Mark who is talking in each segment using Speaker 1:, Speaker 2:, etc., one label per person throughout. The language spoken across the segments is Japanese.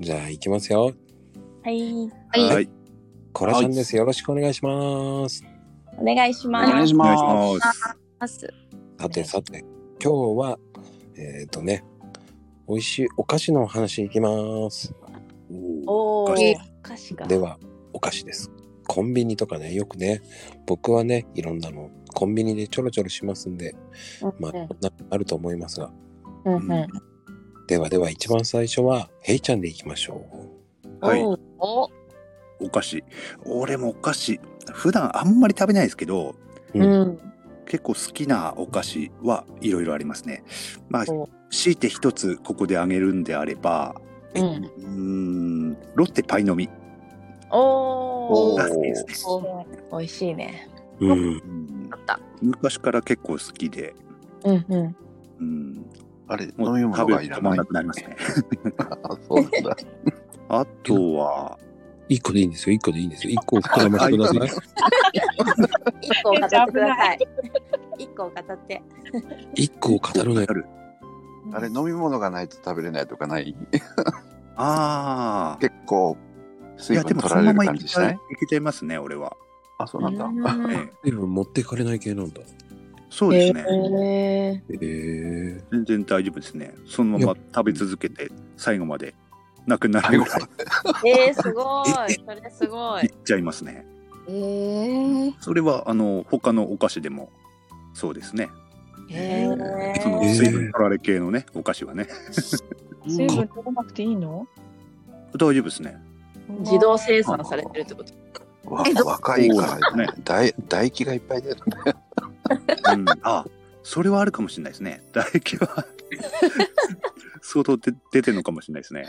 Speaker 1: じゃあ、いきますよ。
Speaker 2: はい。
Speaker 3: はい。
Speaker 4: はい。
Speaker 1: コラさんです。よろしくお願いします。
Speaker 2: お願いし
Speaker 3: お
Speaker 2: ます。
Speaker 3: 願いし
Speaker 4: お願い
Speaker 3: ま
Speaker 4: します。
Speaker 2: ます。
Speaker 1: さてさて、今日は、えっ、とね、美味しいお菓子のお話いきます。
Speaker 2: お
Speaker 4: お菓
Speaker 2: ー
Speaker 4: 子、
Speaker 2: 歌詞が。
Speaker 1: では、お菓子です。コンビニとかね、よくね、僕はね、いろんなの、コンビニでちょろちょろしますんで、まあ、
Speaker 2: うん
Speaker 1: こんなのあると思いますが、
Speaker 2: うん
Speaker 4: ん
Speaker 2: うん
Speaker 1: ではでは、一番最初は、ヘイちゃんでいきましょう。
Speaker 4: はい。
Speaker 2: おー
Speaker 3: お
Speaker 4: お菓子。俺もお菓子。普段あんまり食べないですけど、
Speaker 2: うん。
Speaker 4: 結構好きなお菓子はいろいろありますね。まあ
Speaker 2: お、
Speaker 4: 強いて一つここであげるんであれば、
Speaker 2: うん。
Speaker 4: うーん、ロッテパイの実
Speaker 2: お
Speaker 4: が
Speaker 2: ー
Speaker 4: 好きですね。
Speaker 2: おいしいね。
Speaker 1: うん。
Speaker 4: うん
Speaker 3: あった。
Speaker 4: 昔から結構好きで、
Speaker 2: うんうん。
Speaker 4: うん、
Speaker 5: あれ、
Speaker 4: も
Speaker 5: 飲み
Speaker 4: う
Speaker 5: 物
Speaker 4: 食べ
Speaker 5: が
Speaker 4: る
Speaker 5: い
Speaker 4: と
Speaker 5: ら
Speaker 4: 止
Speaker 5: な
Speaker 4: ま
Speaker 5: んい
Speaker 4: な。くなりますね。
Speaker 5: あそうなんだ。
Speaker 4: あとは、
Speaker 1: 一個でいいんですよ、一個でいいんですよ。一個膨らましてください。
Speaker 2: 一個語ってください。 一個語って。
Speaker 1: 一個を語るのよ
Speaker 4: あ。る。
Speaker 5: あれ、飲み物がないと食べれないとかない。
Speaker 4: ああ。
Speaker 5: 結構、
Speaker 4: い
Speaker 5: 水
Speaker 4: や、
Speaker 5: 分
Speaker 4: でも
Speaker 5: 取
Speaker 4: そ
Speaker 5: ら
Speaker 4: の
Speaker 5: れ
Speaker 4: ま
Speaker 5: る
Speaker 4: ま
Speaker 5: 感
Speaker 4: い
Speaker 5: じ
Speaker 4: け
Speaker 5: し
Speaker 4: ちゃ
Speaker 5: ないい
Speaker 4: いけちゃいますね、俺は。
Speaker 5: あ、そうなんだ。
Speaker 2: うん
Speaker 4: ええ
Speaker 1: 水分持っていかれない系なんだ。
Speaker 4: そうですね。
Speaker 2: へ
Speaker 1: へえ。
Speaker 4: 全然大丈夫ですね。そのまま食べ続けて、最後までなくなるぐらい
Speaker 2: ーえー、すごい。それすご
Speaker 4: い
Speaker 2: い
Speaker 4: っ。ちゃいますね。
Speaker 3: えー、
Speaker 4: それは、あの、他のお菓子でも、そうですね。
Speaker 2: へー
Speaker 4: その水分取られ系のね、お菓子はね。
Speaker 6: 水分取らなくていいの
Speaker 4: 大丈夫ですね。
Speaker 2: 自動生産されてるってこと。
Speaker 5: わ
Speaker 3: えど
Speaker 5: 若いか
Speaker 4: そうで
Speaker 5: ら、唾唾液がいっぱい出るんだよ。
Speaker 4: うん、あ、それはあるかもしれないですね。唾液 は相当で出てるのかもしれないですね。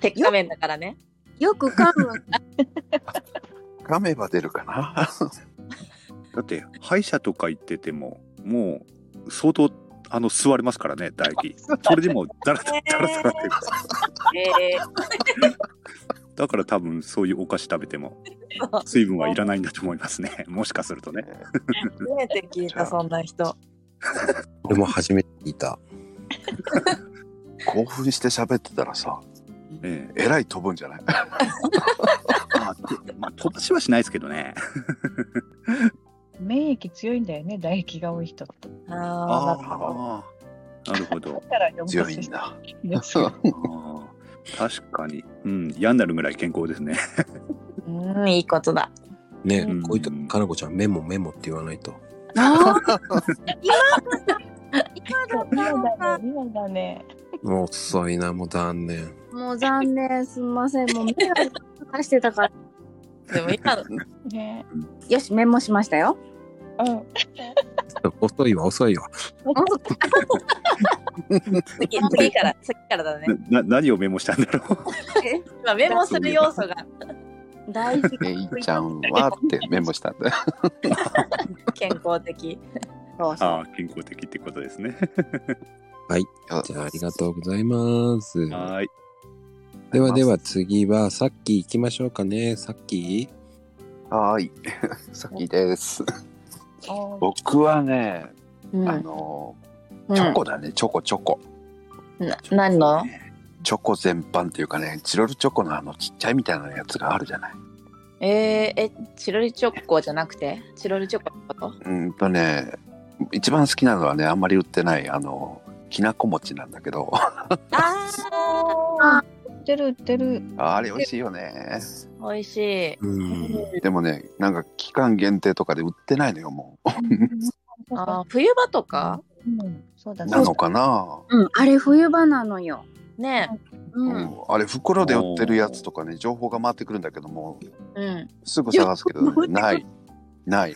Speaker 2: 鉄仮面だからね。
Speaker 3: よく噛むわけ。
Speaker 5: 噛めば出るかな。
Speaker 4: だって歯医者とか行っててももう相当あの吸われますからね唾液。それでもダラダラダラダラ出る
Speaker 2: えー
Speaker 4: だから多分そういうお菓子食べても水分はいらないんだと思いますね。 もしかするとね。
Speaker 2: 初めて聞いたそんな人。
Speaker 1: 俺も初めて聞いた。
Speaker 5: 興奮して喋ってたらさ、
Speaker 4: ええ
Speaker 5: えらい飛ぶんじゃない
Speaker 4: あで まあ飛ばしはしないですけどね。
Speaker 6: 免疫強いんだよね、唾液が多い人って。
Speaker 2: ああ、
Speaker 4: ああなるほど
Speaker 6: だ。から4
Speaker 5: 強いんだ。
Speaker 4: あ ー確かに、うん、嫌になるぐらい健康ですね。
Speaker 2: うん、いいことだ。
Speaker 1: ね、
Speaker 2: うん
Speaker 1: こういうとかなこちゃんメモメモって言わないと。
Speaker 3: あ
Speaker 6: 今だね、今だね。
Speaker 1: もう遅いな、もう残念。
Speaker 3: ーもう残念、すみません。もう目を離してたから。
Speaker 2: でも今の
Speaker 6: ね
Speaker 3: よし、メモしましたよ。
Speaker 6: うん。
Speaker 1: 遅いわ、遅いわ。
Speaker 2: 次次から次からだね。
Speaker 4: な何をメモしたんだろう。
Speaker 2: 今メモする要素が
Speaker 3: 大事。
Speaker 5: えいちゃんはってメモしたんだよ。
Speaker 2: 健康的。
Speaker 3: そうそう
Speaker 4: ああ、健康的ってことですね。
Speaker 1: じゃあ、ありがとうございます。
Speaker 4: はい。
Speaker 1: ではでは次は、さっき行きましょうかね。さっき
Speaker 5: はーい。さっきです。
Speaker 6: おー
Speaker 5: 僕はね、
Speaker 2: うん
Speaker 5: あの、チョコだね、チョコチョコ。
Speaker 2: な何の？
Speaker 5: チョコ全般っていうかね、チロルチョコのあのちっちゃいみたいなやつがあるじゃない。
Speaker 2: えー、えチロルチョコじゃなくてチロルチョコのこと？
Speaker 5: うーんとね、一番好きなのはね、あんまり売ってない、あの、きなこ餅なんだけど、
Speaker 2: あ
Speaker 6: 売ってる、売ってる。
Speaker 5: あれ美味しいよね。
Speaker 2: あ、美味しい。
Speaker 1: うん。
Speaker 5: でもね、なんか期間限定とかで売ってないのよ、も
Speaker 2: あー冬場とか
Speaker 6: うん、そうだ
Speaker 5: う。
Speaker 6: ね。
Speaker 5: なのかな、
Speaker 3: うん、あれ冬場なのよ。
Speaker 2: ね。 う
Speaker 5: うん
Speaker 2: ん
Speaker 5: あれ、袋で売ってるやつとかね、情報が回ってくるんだけども、
Speaker 2: うん。
Speaker 5: すぐ探すけどね、ない。ない。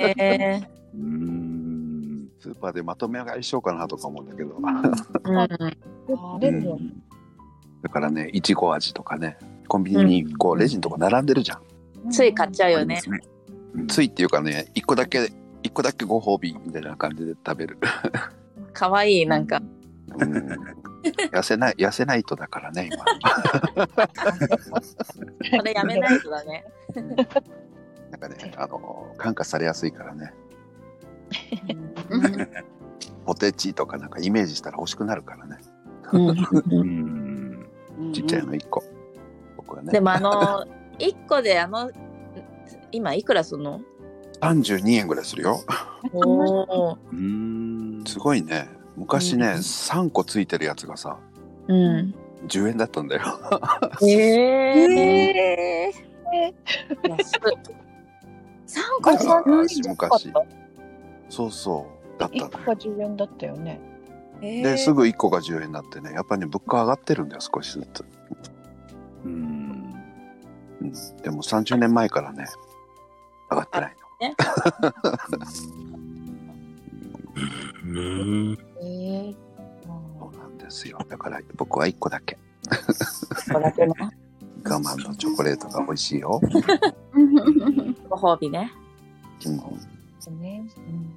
Speaker 2: えー
Speaker 4: うーん。
Speaker 5: スーパーでまとめ買いしようかなとか思うんだけど。
Speaker 2: うん
Speaker 6: 売れるよ。
Speaker 5: だからね、いちご味とかね、コンビニにこうレジのとこ並んでるじゃん。
Speaker 2: つい買っちゃうよね。
Speaker 4: うん
Speaker 5: ついっていうかね、一個だけ、一個だけご褒美みたいな感じで食べる。
Speaker 2: 可愛いなんか。
Speaker 5: うん、痩せない、痩せないとだからね、今。
Speaker 2: これやめないとだね。
Speaker 5: なんかね、あの、感化されやすいからね、ポテチとかなんかイメージしたら欲しくなるからね。
Speaker 2: うん
Speaker 4: うん。
Speaker 3: うん。
Speaker 7: うん
Speaker 5: ちっちゃいの1個。僕はね。
Speaker 2: でもあの、一個であの、今いくらすんの
Speaker 5: 32円ぐらいするよ。
Speaker 2: おー
Speaker 4: うーん。
Speaker 5: すごいね。昔ね、3個ついてるやつがさ、
Speaker 2: うん。
Speaker 5: 10円だったんだよ。
Speaker 2: ええ
Speaker 7: え
Speaker 2: ー。安い
Speaker 7: 三個
Speaker 5: 昔
Speaker 7: も。
Speaker 5: 昔。そうそう。だった
Speaker 6: 一
Speaker 5: の
Speaker 6: 個
Speaker 5: よ
Speaker 6: が10円だったよね。
Speaker 5: で、すぐ1個が10円になってね、やっぱりね、物価上がってるんだよ、少しずつ。
Speaker 4: うーん。
Speaker 5: うん、でも30年前からね、上がってない
Speaker 3: うん。
Speaker 6: ええ。
Speaker 5: の。そうなんですよ。だから僕は1個だけ。
Speaker 2: ここだけの
Speaker 5: 我慢のチョコレートが美味しいよ。
Speaker 2: ご褒美ね。
Speaker 5: うん
Speaker 6: ね。うん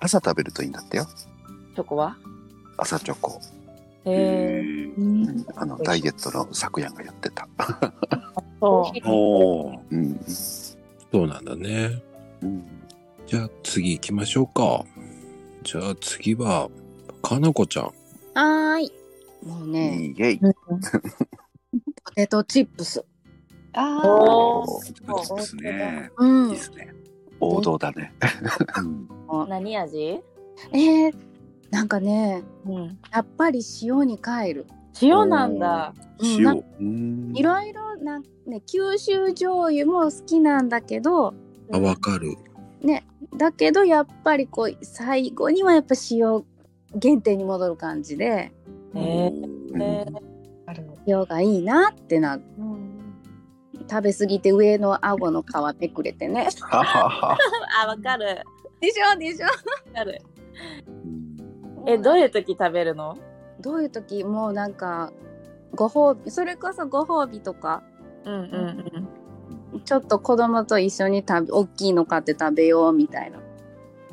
Speaker 5: 朝食べるといいんだってよ。
Speaker 2: チョコは
Speaker 5: 朝チョコ。
Speaker 2: ええ
Speaker 4: ー。
Speaker 5: うん、あの、ダイエットの昨夜がやってた。
Speaker 2: そ
Speaker 4: おー
Speaker 5: うん。
Speaker 3: そうなんだね。
Speaker 5: うん
Speaker 3: じゃあ次行きましょうか。じゃあ次は、かなこちゃん。
Speaker 8: はーい。もうね、
Speaker 5: イエイ。
Speaker 8: ポテトチップス。
Speaker 6: あ
Speaker 2: う。
Speaker 6: あ。
Speaker 2: お
Speaker 5: お
Speaker 2: ー
Speaker 4: チップスね。
Speaker 8: う
Speaker 4: いい
Speaker 8: ん
Speaker 4: で。すね。
Speaker 5: 王道だね。
Speaker 4: うん
Speaker 2: 何味
Speaker 8: えー、なんかね、
Speaker 2: うん。
Speaker 8: やっぱり塩に変える。
Speaker 2: 塩なんだ。
Speaker 8: うん
Speaker 4: 塩。
Speaker 5: うん
Speaker 8: いろいろなんね九州醤油も好きなんだけど、
Speaker 3: あ、わかる。
Speaker 8: だけどやっぱりこう最後にはやっぱ塩原点に戻る感じで
Speaker 2: ええ
Speaker 5: うん
Speaker 6: ある。
Speaker 8: 塩がいいなってなる食べ過ぎて上の顎の皮めくれてね
Speaker 5: ははは
Speaker 2: あ、わかる。
Speaker 8: でしょでしょ
Speaker 2: わかる。
Speaker 8: え
Speaker 2: え、
Speaker 8: ど
Speaker 2: ど
Speaker 8: う
Speaker 2: ういう時食べるの
Speaker 8: どういう時もうなんかご褒美それこそご褒美とか
Speaker 2: うんうん
Speaker 8: ちょっと子供と一緒に食べ大きいの買って食べようみたいな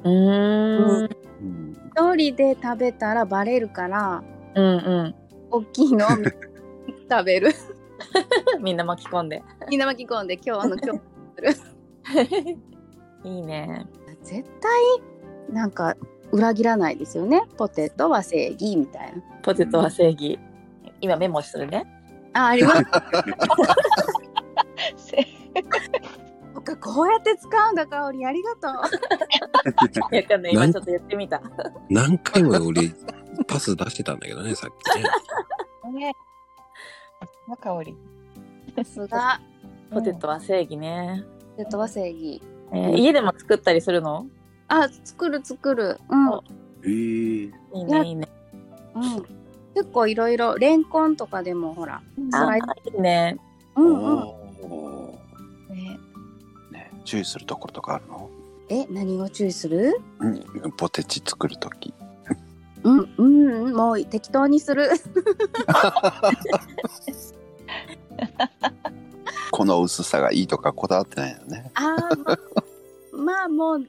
Speaker 2: うん。うーん。
Speaker 5: うん
Speaker 8: 一人で食べたらバレるから
Speaker 2: うんう
Speaker 8: 大きい のを食べる
Speaker 2: ん。みんな巻き込んで。
Speaker 8: みんな巻き込んで今日の今日
Speaker 2: いいね。
Speaker 8: 絶対 なんか裏切らないですよねポテトは正義みたいな
Speaker 2: ポテトは正義。今メモしてるね。
Speaker 8: ああり ます
Speaker 6: せ。
Speaker 8: そっかこうやって使うんだ香りありがとう
Speaker 2: やかんない今ちょっとやってみた。
Speaker 3: 何回も俺、パス出してたんだけどね、さっきね。
Speaker 6: ね。の香り。
Speaker 8: さすが
Speaker 2: ポテトは正義ね。
Speaker 8: ポテトは正義
Speaker 2: えー家でも作ったりするの
Speaker 8: あ作る作るうん、う
Speaker 2: お
Speaker 4: えー。
Speaker 2: いい
Speaker 8: いや
Speaker 2: ね、いいね。
Speaker 8: ん、結構いろいろレンコンとかでもほら
Speaker 6: うん。
Speaker 2: あ
Speaker 8: あ
Speaker 2: ー、いいね。
Speaker 8: うんうん
Speaker 4: お
Speaker 6: ね。
Speaker 5: ね注意するところとかあるの
Speaker 8: え何を注意する
Speaker 5: うんポテチ作るとき。
Speaker 8: うんうんうんもう適当にする
Speaker 5: この薄さがいいとかこだわってないよね。
Speaker 8: あーまあまあもう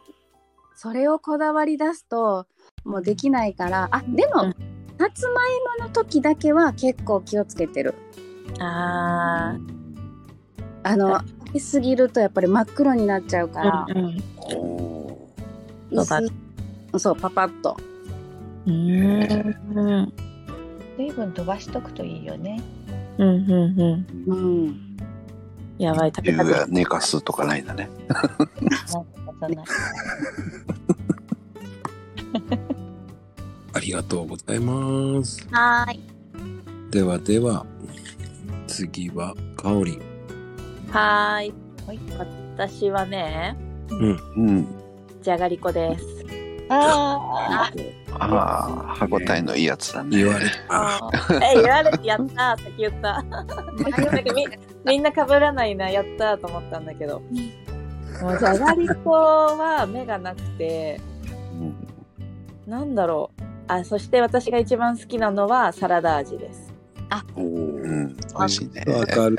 Speaker 8: それをこだわり出すともうできないからあで
Speaker 2: う
Speaker 8: も
Speaker 2: ん
Speaker 8: さつまいもの時だけは結構気をつけてる
Speaker 2: あ
Speaker 8: あの開けすぎるとやっぱり真っ黒になっちゃうから
Speaker 2: あ、、うん
Speaker 4: お
Speaker 2: うん
Speaker 8: 薄いそうパパッと
Speaker 2: うん。うん
Speaker 6: 水分飛ばしとくといいよね。
Speaker 2: うんうんう
Speaker 8: うん
Speaker 2: ん。やばい、食べ
Speaker 5: 湯
Speaker 2: たくな
Speaker 5: が寝かすとかないんだね。
Speaker 6: なんかさない。
Speaker 3: ありがとうございます。
Speaker 8: はーい
Speaker 3: ではでは、次は、かおりん。
Speaker 2: はーい。
Speaker 6: はい
Speaker 2: 私はね、
Speaker 5: うん。
Speaker 2: じゃがりこです。
Speaker 6: あ
Speaker 2: あ、
Speaker 5: ああ、歯ごたえのいいやつだね。
Speaker 3: 言われた。
Speaker 2: え、言われて、やったー、先言った。なんか みみんな被らないな、やったーと思ったんだけど。もうじゃがりこは目がなくて、
Speaker 5: うん
Speaker 2: なんだろう。あ、そして私が一番好きなのはサラダ味です。
Speaker 4: お
Speaker 5: う
Speaker 4: お。
Speaker 5: ん。美味しいね。
Speaker 3: わかる。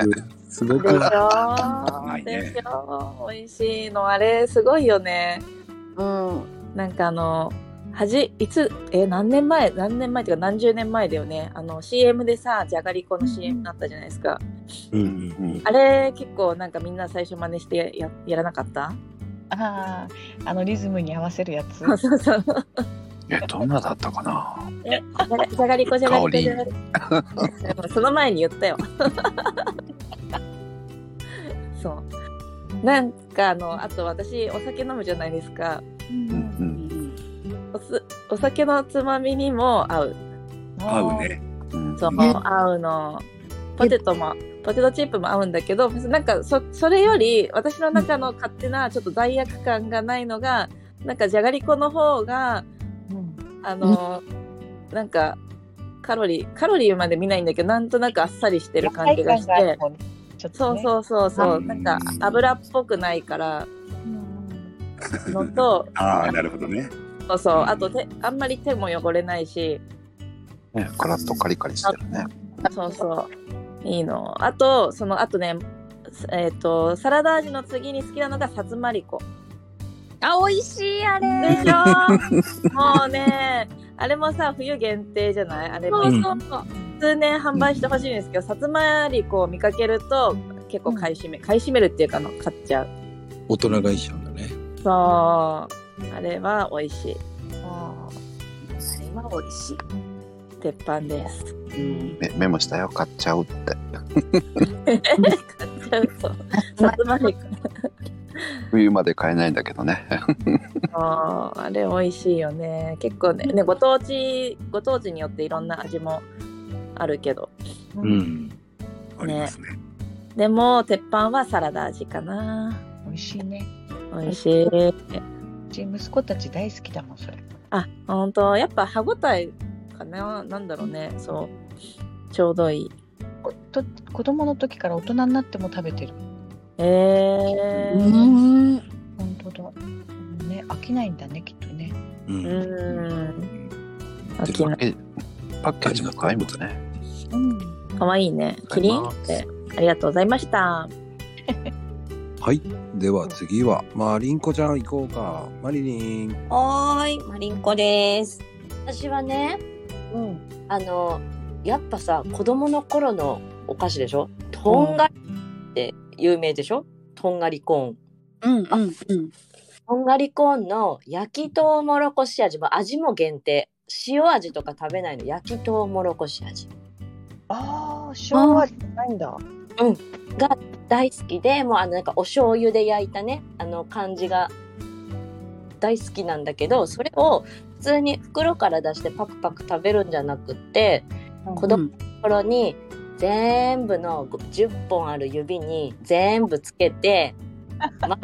Speaker 3: すご
Speaker 2: でしょ
Speaker 3: く
Speaker 4: い
Speaker 2: ー
Speaker 4: ね
Speaker 2: でしょー美味しいのあれすごいよね
Speaker 8: うん
Speaker 2: なんかあのはじいつえ何年前何年前っていうか何十年前だよねあの CM でさじゃがりこの CM だったじゃないですか、
Speaker 3: うん
Speaker 5: うん
Speaker 2: あれ結構なんかみんな最初真似してやややらなかった
Speaker 6: あ。ああ。あのリズムに合わせるやつ。
Speaker 2: そうそう
Speaker 5: え、どんなだったかな
Speaker 2: え、じゃがじゃがりこじゃがりこじゃがりこ。その前に言ったよ。そう。なんかあの、あと私、お酒飲むじゃないですか。
Speaker 5: うん
Speaker 2: おすお酒のつまみにも合う。
Speaker 4: 合う。ね。
Speaker 5: うん。うん
Speaker 2: そう、合うの。ポテトも、ポテトチップも合うんだけど、なんかそ、それより、私の中の勝手な、ちょっと罪悪感がないのが、なんか、じゃがりこの方が、
Speaker 6: うん
Speaker 2: あの、なんか、カロリー、カロリーまで見ないんだけど、なんとなくあっさりしてる感じがし
Speaker 6: 罪悪感
Speaker 2: て、
Speaker 6: あるもんねちょっ
Speaker 2: そ
Speaker 6: と
Speaker 2: う
Speaker 6: ね
Speaker 2: そうそうそう、
Speaker 5: うん
Speaker 2: なんか、油っぽくないから、
Speaker 6: うん
Speaker 2: のと、
Speaker 4: ああ、なるほどね。
Speaker 2: そうそう、あと手、あんまり手も汚れないし、
Speaker 5: ね、カラッとカリカリしてるね。
Speaker 2: そうそう。いいの。あと、その、あとね、えっ、と、サラダ味の次に好きなのがさつまりこ。
Speaker 7: あ、美味しい、あれ。
Speaker 2: でしょもうね、あれもさ、冬限定じゃないあれも、
Speaker 7: そうそうそう。
Speaker 2: 通年販売してほしいんですけど、さつまりこを見かけると、結構買い占め、買い占めるっていうかあの、買っちゃう。
Speaker 1: 大人買いしちゃうんだね。
Speaker 2: そう。あれは美味しい。
Speaker 6: あ
Speaker 8: それは美味しい。
Speaker 2: 鉄板です。
Speaker 5: メメモしたよ、買っちゃうって。
Speaker 2: ちょっとさつまりこ。
Speaker 5: 冬まで買えないんだけどね。
Speaker 2: あーあれ美味しいよね結構ねねご当地ご当地によっていろんな味もあるけど
Speaker 6: ー
Speaker 1: うん。
Speaker 4: ありますね。
Speaker 2: でも鉄板はサラダ味かな
Speaker 6: 美味しいね。
Speaker 2: 美味しいう
Speaker 6: ち息子たち大好きだもん、それ。
Speaker 2: あ本当やっぱ歯ごたえかななんだろうねそうちょうどいい
Speaker 6: おと子供の時から大人になっても食べてる。
Speaker 2: えー、
Speaker 8: う
Speaker 2: うん
Speaker 8: ん。
Speaker 6: 本当だ。ね、飽きないんだね、きっとね。
Speaker 1: う。
Speaker 2: うんん
Speaker 1: で
Speaker 2: 沖縄
Speaker 5: パッケージも可愛いもんね。
Speaker 6: うん。
Speaker 2: かわいいねキリンってありがとうございました
Speaker 1: はい。では次は、マリンコちゃん行こうか。マリリン。
Speaker 7: はーい、マリンコです。私はね、うん、あの、やっぱさ、子供の頃のお菓子でしょとんがりって有名でしょとんがりコーン。
Speaker 8: うんうんうん。
Speaker 7: とんがりコーンの焼きとうもろこし味も味も限定。塩味とか食べないの焼きとうもろこし味
Speaker 6: ああ、昭和じゃないんだ。
Speaker 7: 大好きでもうあのなんかお醤油で焼いたねあの感じが大好きなんだけどそれを普通に袋から出してパクパク食べるんじゃなくって子供の頃に全部のご10本ある指に全部つけて、ま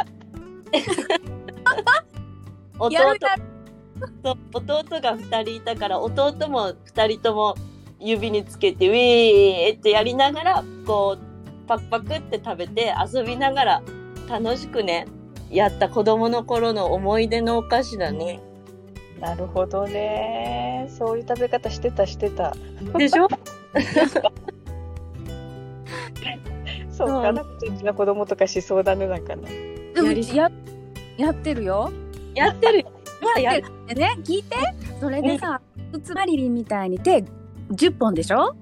Speaker 7: 弟
Speaker 8: やるや
Speaker 7: そう弟が2人いたから弟も2人とも指につけてウィーってやりながらこうパクパクって食べて遊びながら楽しくねやった子供の頃の思い出のお菓子だね。
Speaker 6: なるほどね。そういう食べ方してた、してた。
Speaker 7: でしょ
Speaker 6: そうかな、うちの子供とかしそうだね、なんかね。
Speaker 8: でもうちややってるよ。
Speaker 7: やってるよ。
Speaker 8: やってるでね聞いて。それでさ、うつまりりんみたいに手10本でしょ？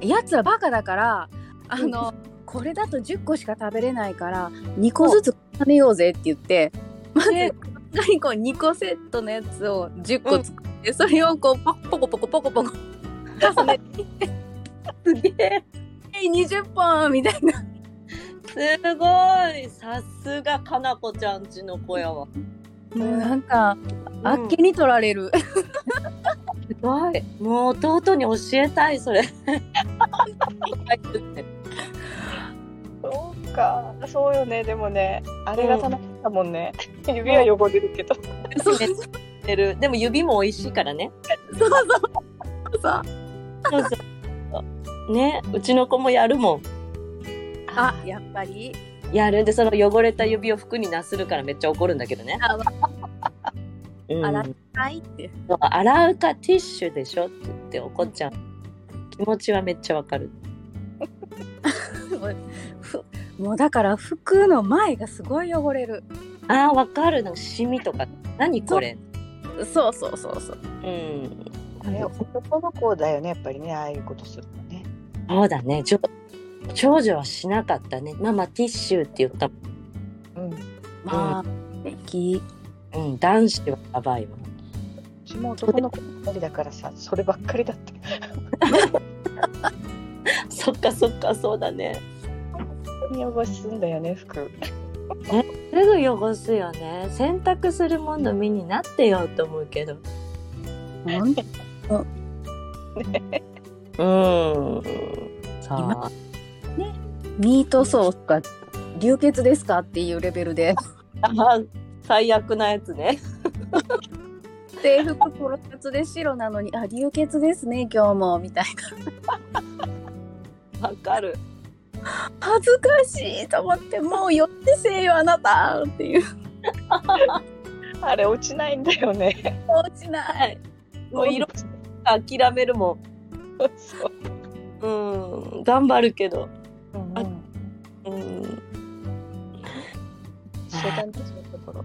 Speaker 8: やつはバカだからあのこれだと10個しか食べれないから2個ずつ食べようぜって言ってまず何こう2個セットのやつを10個作って、それをこうポポコポコポコポコ重ね
Speaker 7: すげえ。
Speaker 8: て 20本みたいな
Speaker 7: すごい。さすがかなこちゃんちの子やわ。
Speaker 8: もうなんか、あっけに取られる
Speaker 7: すごい。もう弟に教えたい、それ。
Speaker 6: そうか。そうよね、でもね。あれが楽しかったもんね。 指は汚れるけど。
Speaker 8: そう
Speaker 7: めっちゃてる。でも指も美味しいからね。
Speaker 8: そうそうそう
Speaker 7: そうそう。ね、うちの子もやるもん。
Speaker 8: あやっぱり
Speaker 7: やるんで、その汚れた指を服になするからめっちゃ怒るんだけどね。
Speaker 8: あわ
Speaker 7: うん
Speaker 8: 洗いはいって
Speaker 7: そう洗うかティッシュでしょって言って怒っちゃう。気持ちはめっちゃわかる。
Speaker 8: もうふもうだから服の前がすごい汚れる
Speaker 7: ああ、わかる。なんかシミとか。何これ。
Speaker 8: そうそうそうそう
Speaker 7: うん。
Speaker 6: あれ、男の子だよね、やっぱりね、ああいうことするのね。
Speaker 7: そうだね。ちょ長女はしなかったね。ママティッシュって言ったもん。
Speaker 6: うん。
Speaker 8: まあ、素敵
Speaker 7: うん、男子はやばいわ。
Speaker 6: ちも男の子ばっかりだからさそればっかりだった
Speaker 7: そっかそっかそうだね
Speaker 6: 見汚しすんだよね服
Speaker 7: すぐ汚すよね洗濯するもの身になってよと思うけど
Speaker 8: 本
Speaker 7: うんさあ
Speaker 8: ミートソースか流血ですかっていうレベル で
Speaker 7: あ最悪なやつね
Speaker 8: 制服ポロシャツで白なのにあ流血ですね今日もみたい
Speaker 7: わかる
Speaker 8: な恥ずかしいと思ってもう寄ってせえよあなたっていう
Speaker 6: あれ落ちないんだよね
Speaker 8: 落ちない
Speaker 7: はいもう 色諦めるも
Speaker 6: そうん
Speaker 7: うん頑張るけど
Speaker 6: うん
Speaker 7: うん
Speaker 6: 初段たちのところ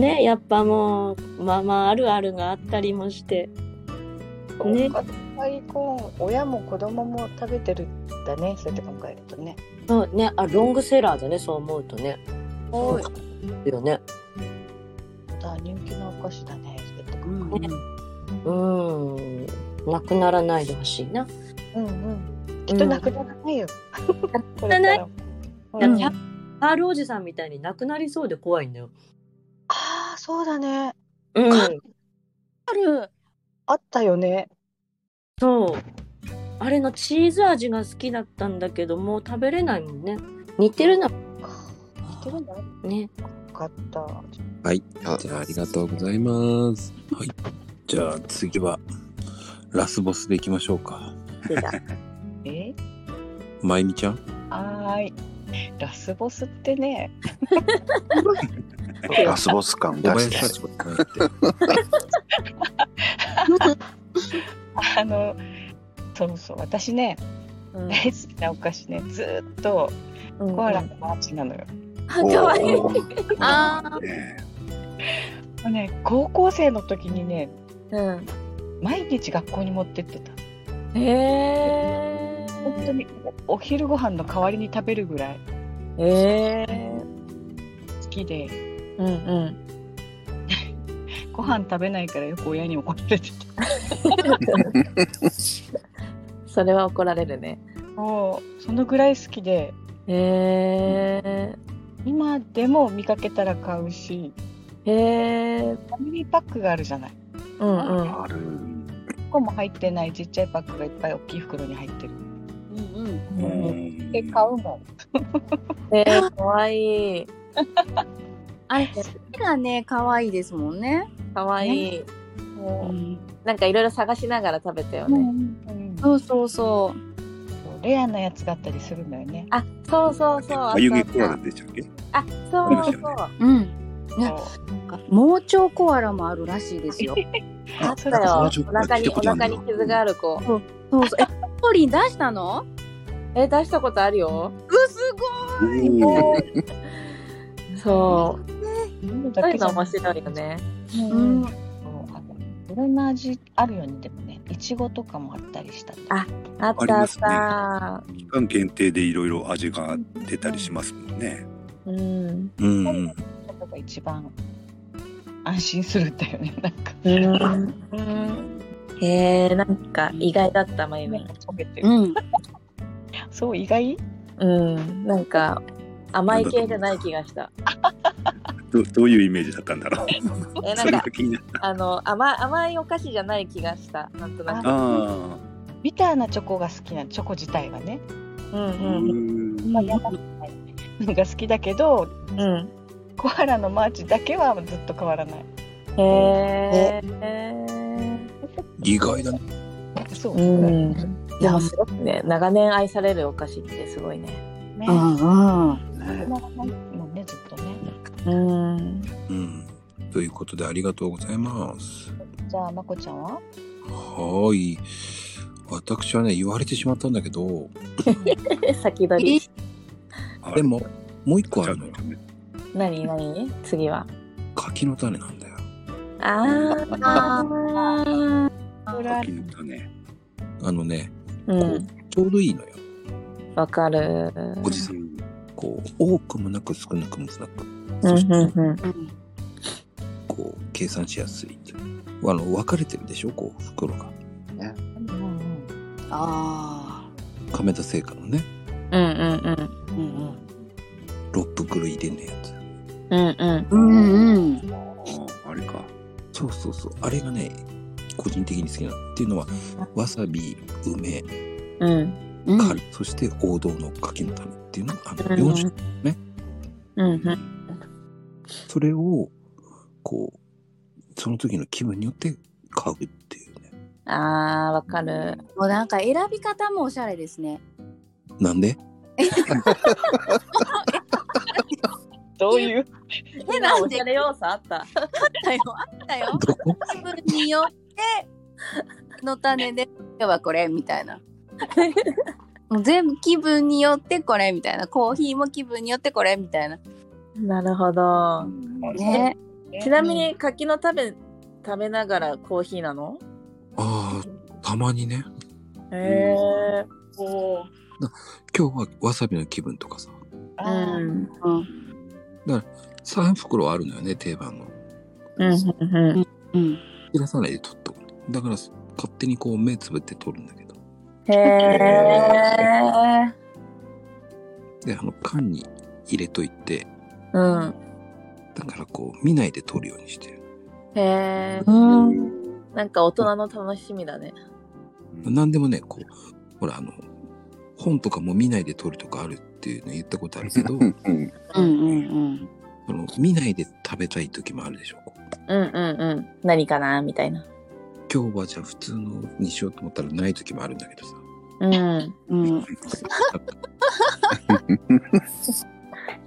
Speaker 7: ねやっぱもうまあまああるあるがあったりもしてね
Speaker 6: 大根親も子供も食べてるんだねそうやって考えるとね
Speaker 7: そうねあロングセラーだねそう思うとね
Speaker 8: 多い
Speaker 7: よね
Speaker 6: だ人気のお菓子だねそうやって考える
Speaker 7: うんなくならないでほしいな
Speaker 6: とうんうんきっとなくならない よ、こ
Speaker 7: なら
Speaker 6: れ
Speaker 7: な
Speaker 6: か
Speaker 7: い
Speaker 6: らもう
Speaker 7: な
Speaker 6: んん
Speaker 7: かパールおじさんみたいになくなりそうで怖いんだよ
Speaker 6: ああそうだね
Speaker 7: うん
Speaker 8: ある
Speaker 6: あったよね
Speaker 7: そうあれのチーズ味が好きだったんだけどもう食べれないもんね似てるな
Speaker 6: 似てるんだよ
Speaker 7: ね
Speaker 6: かった
Speaker 9: はい。じゃあ、ありがとうございます。
Speaker 1: はい。じゃあ次は、ラスボスでいきましょうか。
Speaker 6: え
Speaker 1: まゆみちゃん
Speaker 6: はーいラスボスってね
Speaker 5: ラスボス感出
Speaker 1: 小
Speaker 5: し
Speaker 1: 林
Speaker 5: て
Speaker 1: 幸子じゃなくて。
Speaker 6: あのそうそう私ね
Speaker 8: うん
Speaker 6: 大好きなお菓子ねずーっとコアラのマーチなのよ、
Speaker 8: あ可愛い
Speaker 5: おー
Speaker 8: あー
Speaker 5: ね
Speaker 6: もうね高校生の時にね
Speaker 8: うん
Speaker 6: 毎日学校に持ってってた
Speaker 8: へえ
Speaker 6: 本当におお昼ご飯の代わりに食べるぐらい
Speaker 8: え
Speaker 6: 好きで
Speaker 8: うんうん
Speaker 6: ご飯食べないからよく親に怒られてた
Speaker 3: それは怒られるね。
Speaker 6: もうそのぐらい好きで
Speaker 3: へ
Speaker 6: 今でも見かけたら買うし
Speaker 3: え。へえ。
Speaker 6: ファミリーパックがあるじゃない
Speaker 3: うんうん。
Speaker 5: ある
Speaker 6: 1個も入ってないちっちゃいパックがいっぱい大きい袋に入ってる
Speaker 8: うん
Speaker 5: うん
Speaker 6: で買うもん
Speaker 3: えー、かわいい。
Speaker 8: あれ手がね可愛いですもんね
Speaker 3: かわいい。
Speaker 6: も
Speaker 3: なんかいろいろ探しながら食べたよ
Speaker 6: う、
Speaker 3: ね。
Speaker 6: うん
Speaker 8: そうそうそ
Speaker 6: レアなやつがあったりするのよね
Speaker 3: あ、そうそうそう。あ
Speaker 4: 眉毛コアラでしたっけ
Speaker 3: あ、そうそうそう。
Speaker 8: ううんね
Speaker 6: そう
Speaker 8: 盲腸コアラもあるらしい ですよ
Speaker 3: あった
Speaker 6: そう
Speaker 3: よ。
Speaker 5: そう
Speaker 3: お腹
Speaker 5: 聞い
Speaker 3: に、
Speaker 5: た
Speaker 3: お
Speaker 5: ことある
Speaker 3: 腹に傷がある子。
Speaker 8: そうそうえポリン出したの
Speaker 3: えー、出したことあるよ。
Speaker 8: うすご
Speaker 5: うん
Speaker 3: そ
Speaker 6: そう
Speaker 3: う。そういう
Speaker 6: じ
Speaker 3: の
Speaker 6: ゃな
Speaker 3: 面
Speaker 6: い
Speaker 3: 白いよね。
Speaker 8: い、
Speaker 6: うんそうあといろんな味あるよねでもねいちごとかもあったりした
Speaker 3: ああっ
Speaker 4: あり
Speaker 3: たあ
Speaker 4: ま
Speaker 3: っ
Speaker 4: すね
Speaker 3: た。
Speaker 4: 期間限定でいろいろ味が出たりしますもんね。
Speaker 3: うん。
Speaker 1: うんうん。
Speaker 6: ことが一番安心するんだよね なんか
Speaker 3: うん。へえ、なんか意外だった、まゆみ
Speaker 6: なん。か溶けてる、
Speaker 8: うん、
Speaker 6: そう意外
Speaker 3: うん。なんか甘い系じゃない気がした。
Speaker 4: どどういうイメージだったんだろう。
Speaker 3: えー、な
Speaker 4: そ
Speaker 3: ん
Speaker 4: れ
Speaker 3: か
Speaker 4: が気になる。
Speaker 3: あの甘い甘いお菓子じゃない気がしたなんとなく
Speaker 4: あ
Speaker 6: ビターなチョコが好きなチョコ自体がね、
Speaker 3: うん
Speaker 4: あ。うん
Speaker 6: まあ、やばくないが好きだけど
Speaker 3: うんう
Speaker 6: コアラのマーチだけはずっと変わらない
Speaker 3: んへ
Speaker 1: 意外だね。
Speaker 6: そう、
Speaker 3: えうんでも
Speaker 8: いや
Speaker 3: すごくね長年愛されるお菓子ってすごいね
Speaker 6: ね
Speaker 8: うんうん
Speaker 5: ね
Speaker 6: もうねずっとね
Speaker 3: うん
Speaker 1: うん。ということでありがとうございます。
Speaker 6: じゃあまこちゃんは
Speaker 1: はーい。私はね、言われてしまったんだけど、
Speaker 3: 先取り
Speaker 4: あ
Speaker 1: でも、もう一個あ
Speaker 4: じゃあ
Speaker 1: るのよ。
Speaker 3: 何何次は
Speaker 1: 柿の種なんだよ。
Speaker 3: あーあ
Speaker 4: 柿の種。
Speaker 1: あのね、
Speaker 3: う
Speaker 1: こうんちょうどいいのよ。
Speaker 3: わかる
Speaker 1: おじさん。こう、多くもなく少なくもなく、
Speaker 3: うんうんうん
Speaker 1: こう、計算しやすいという。あの分かれてるでしょこう袋が
Speaker 8: あ
Speaker 1: 亀田製菓のね
Speaker 2: うんうん
Speaker 8: あ。うん
Speaker 1: 6袋入れんのやつ
Speaker 2: うんうん
Speaker 8: うん。うんうん。
Speaker 4: ああれか。
Speaker 1: そうそうそうあれがね個人的に好きなのっていうのはわさび梅
Speaker 2: うん
Speaker 8: うん
Speaker 1: カレーそして王道の柿の種っていうのがあの
Speaker 2: うん
Speaker 1: 4種
Speaker 2: うんうん
Speaker 1: それをこうその時の気分によって買うっていうね
Speaker 2: あーわかる
Speaker 8: もうなんか選び方もおしゃれですね。
Speaker 1: なんで
Speaker 6: どういう
Speaker 2: 変なおしゃ れ要素あった
Speaker 8: あったよ、あったよ。
Speaker 1: どこ
Speaker 8: 気分によっての種で今日はこれみたい な。もう全部気分によってこれみたいな。コーヒーも気分によってこれみたいな。
Speaker 2: なるほど
Speaker 8: ね。
Speaker 2: ちなみに柿の食べ食べながらコーヒーなの
Speaker 1: ああたまにね
Speaker 2: へえ
Speaker 6: おー
Speaker 1: 今日はわさびの気分とかさ
Speaker 2: う
Speaker 6: あー
Speaker 2: ん
Speaker 8: うん。
Speaker 1: 3袋あるのよね定番の
Speaker 2: うんうん
Speaker 8: うん。
Speaker 1: 切らさないで取っとくだから勝手にこう目つぶって取るんだけど
Speaker 2: うんへえ
Speaker 1: であの缶に入れといて
Speaker 2: うん
Speaker 1: だからこう見ないで取るようにしてる
Speaker 2: へえなんか大人の楽しみだね
Speaker 1: 何でもねこうほらあの本とかも見ないで取るとかあるっていうの言ったことあるけ ど
Speaker 5: うん
Speaker 8: うんうん
Speaker 1: その見ないで食べたい時もあるでしょこう
Speaker 2: うんうんうん何かなみたいな
Speaker 1: 今日はじゃあ普通のにしようと思ったらない時もあるんだけどさ
Speaker 2: うん
Speaker 8: うん。うん。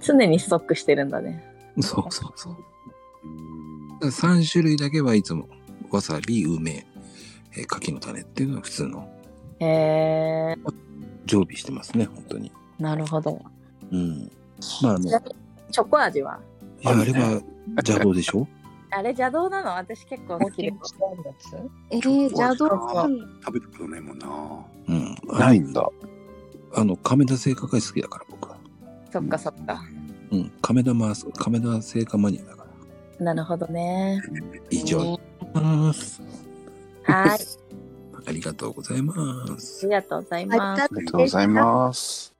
Speaker 2: 常にストックしてるんだね
Speaker 1: そうそうそう
Speaker 4: うん
Speaker 1: 3種類だけはいつもわさび梅、えー柿の種っていうのは普通の
Speaker 2: へえ
Speaker 1: 常備してますね本当に
Speaker 2: なるほど
Speaker 1: うんまああの
Speaker 2: チョコ味はい
Speaker 1: やあれは邪道でしょ
Speaker 2: あれ邪道なの私結構好きで
Speaker 6: したやつ
Speaker 8: えー、邪道
Speaker 5: は
Speaker 4: 食べたことないもんな。
Speaker 1: うん
Speaker 5: な
Speaker 1: あ
Speaker 5: いんだ。
Speaker 1: あの亀田製菓会好きだから僕は
Speaker 2: そっかそっか
Speaker 1: うん亀田マース亀田製菓マニアだから
Speaker 2: なるほどね
Speaker 1: 以上になります
Speaker 2: はい
Speaker 1: ありがとうございます
Speaker 2: ありがとうございます
Speaker 5: ありがとうございます。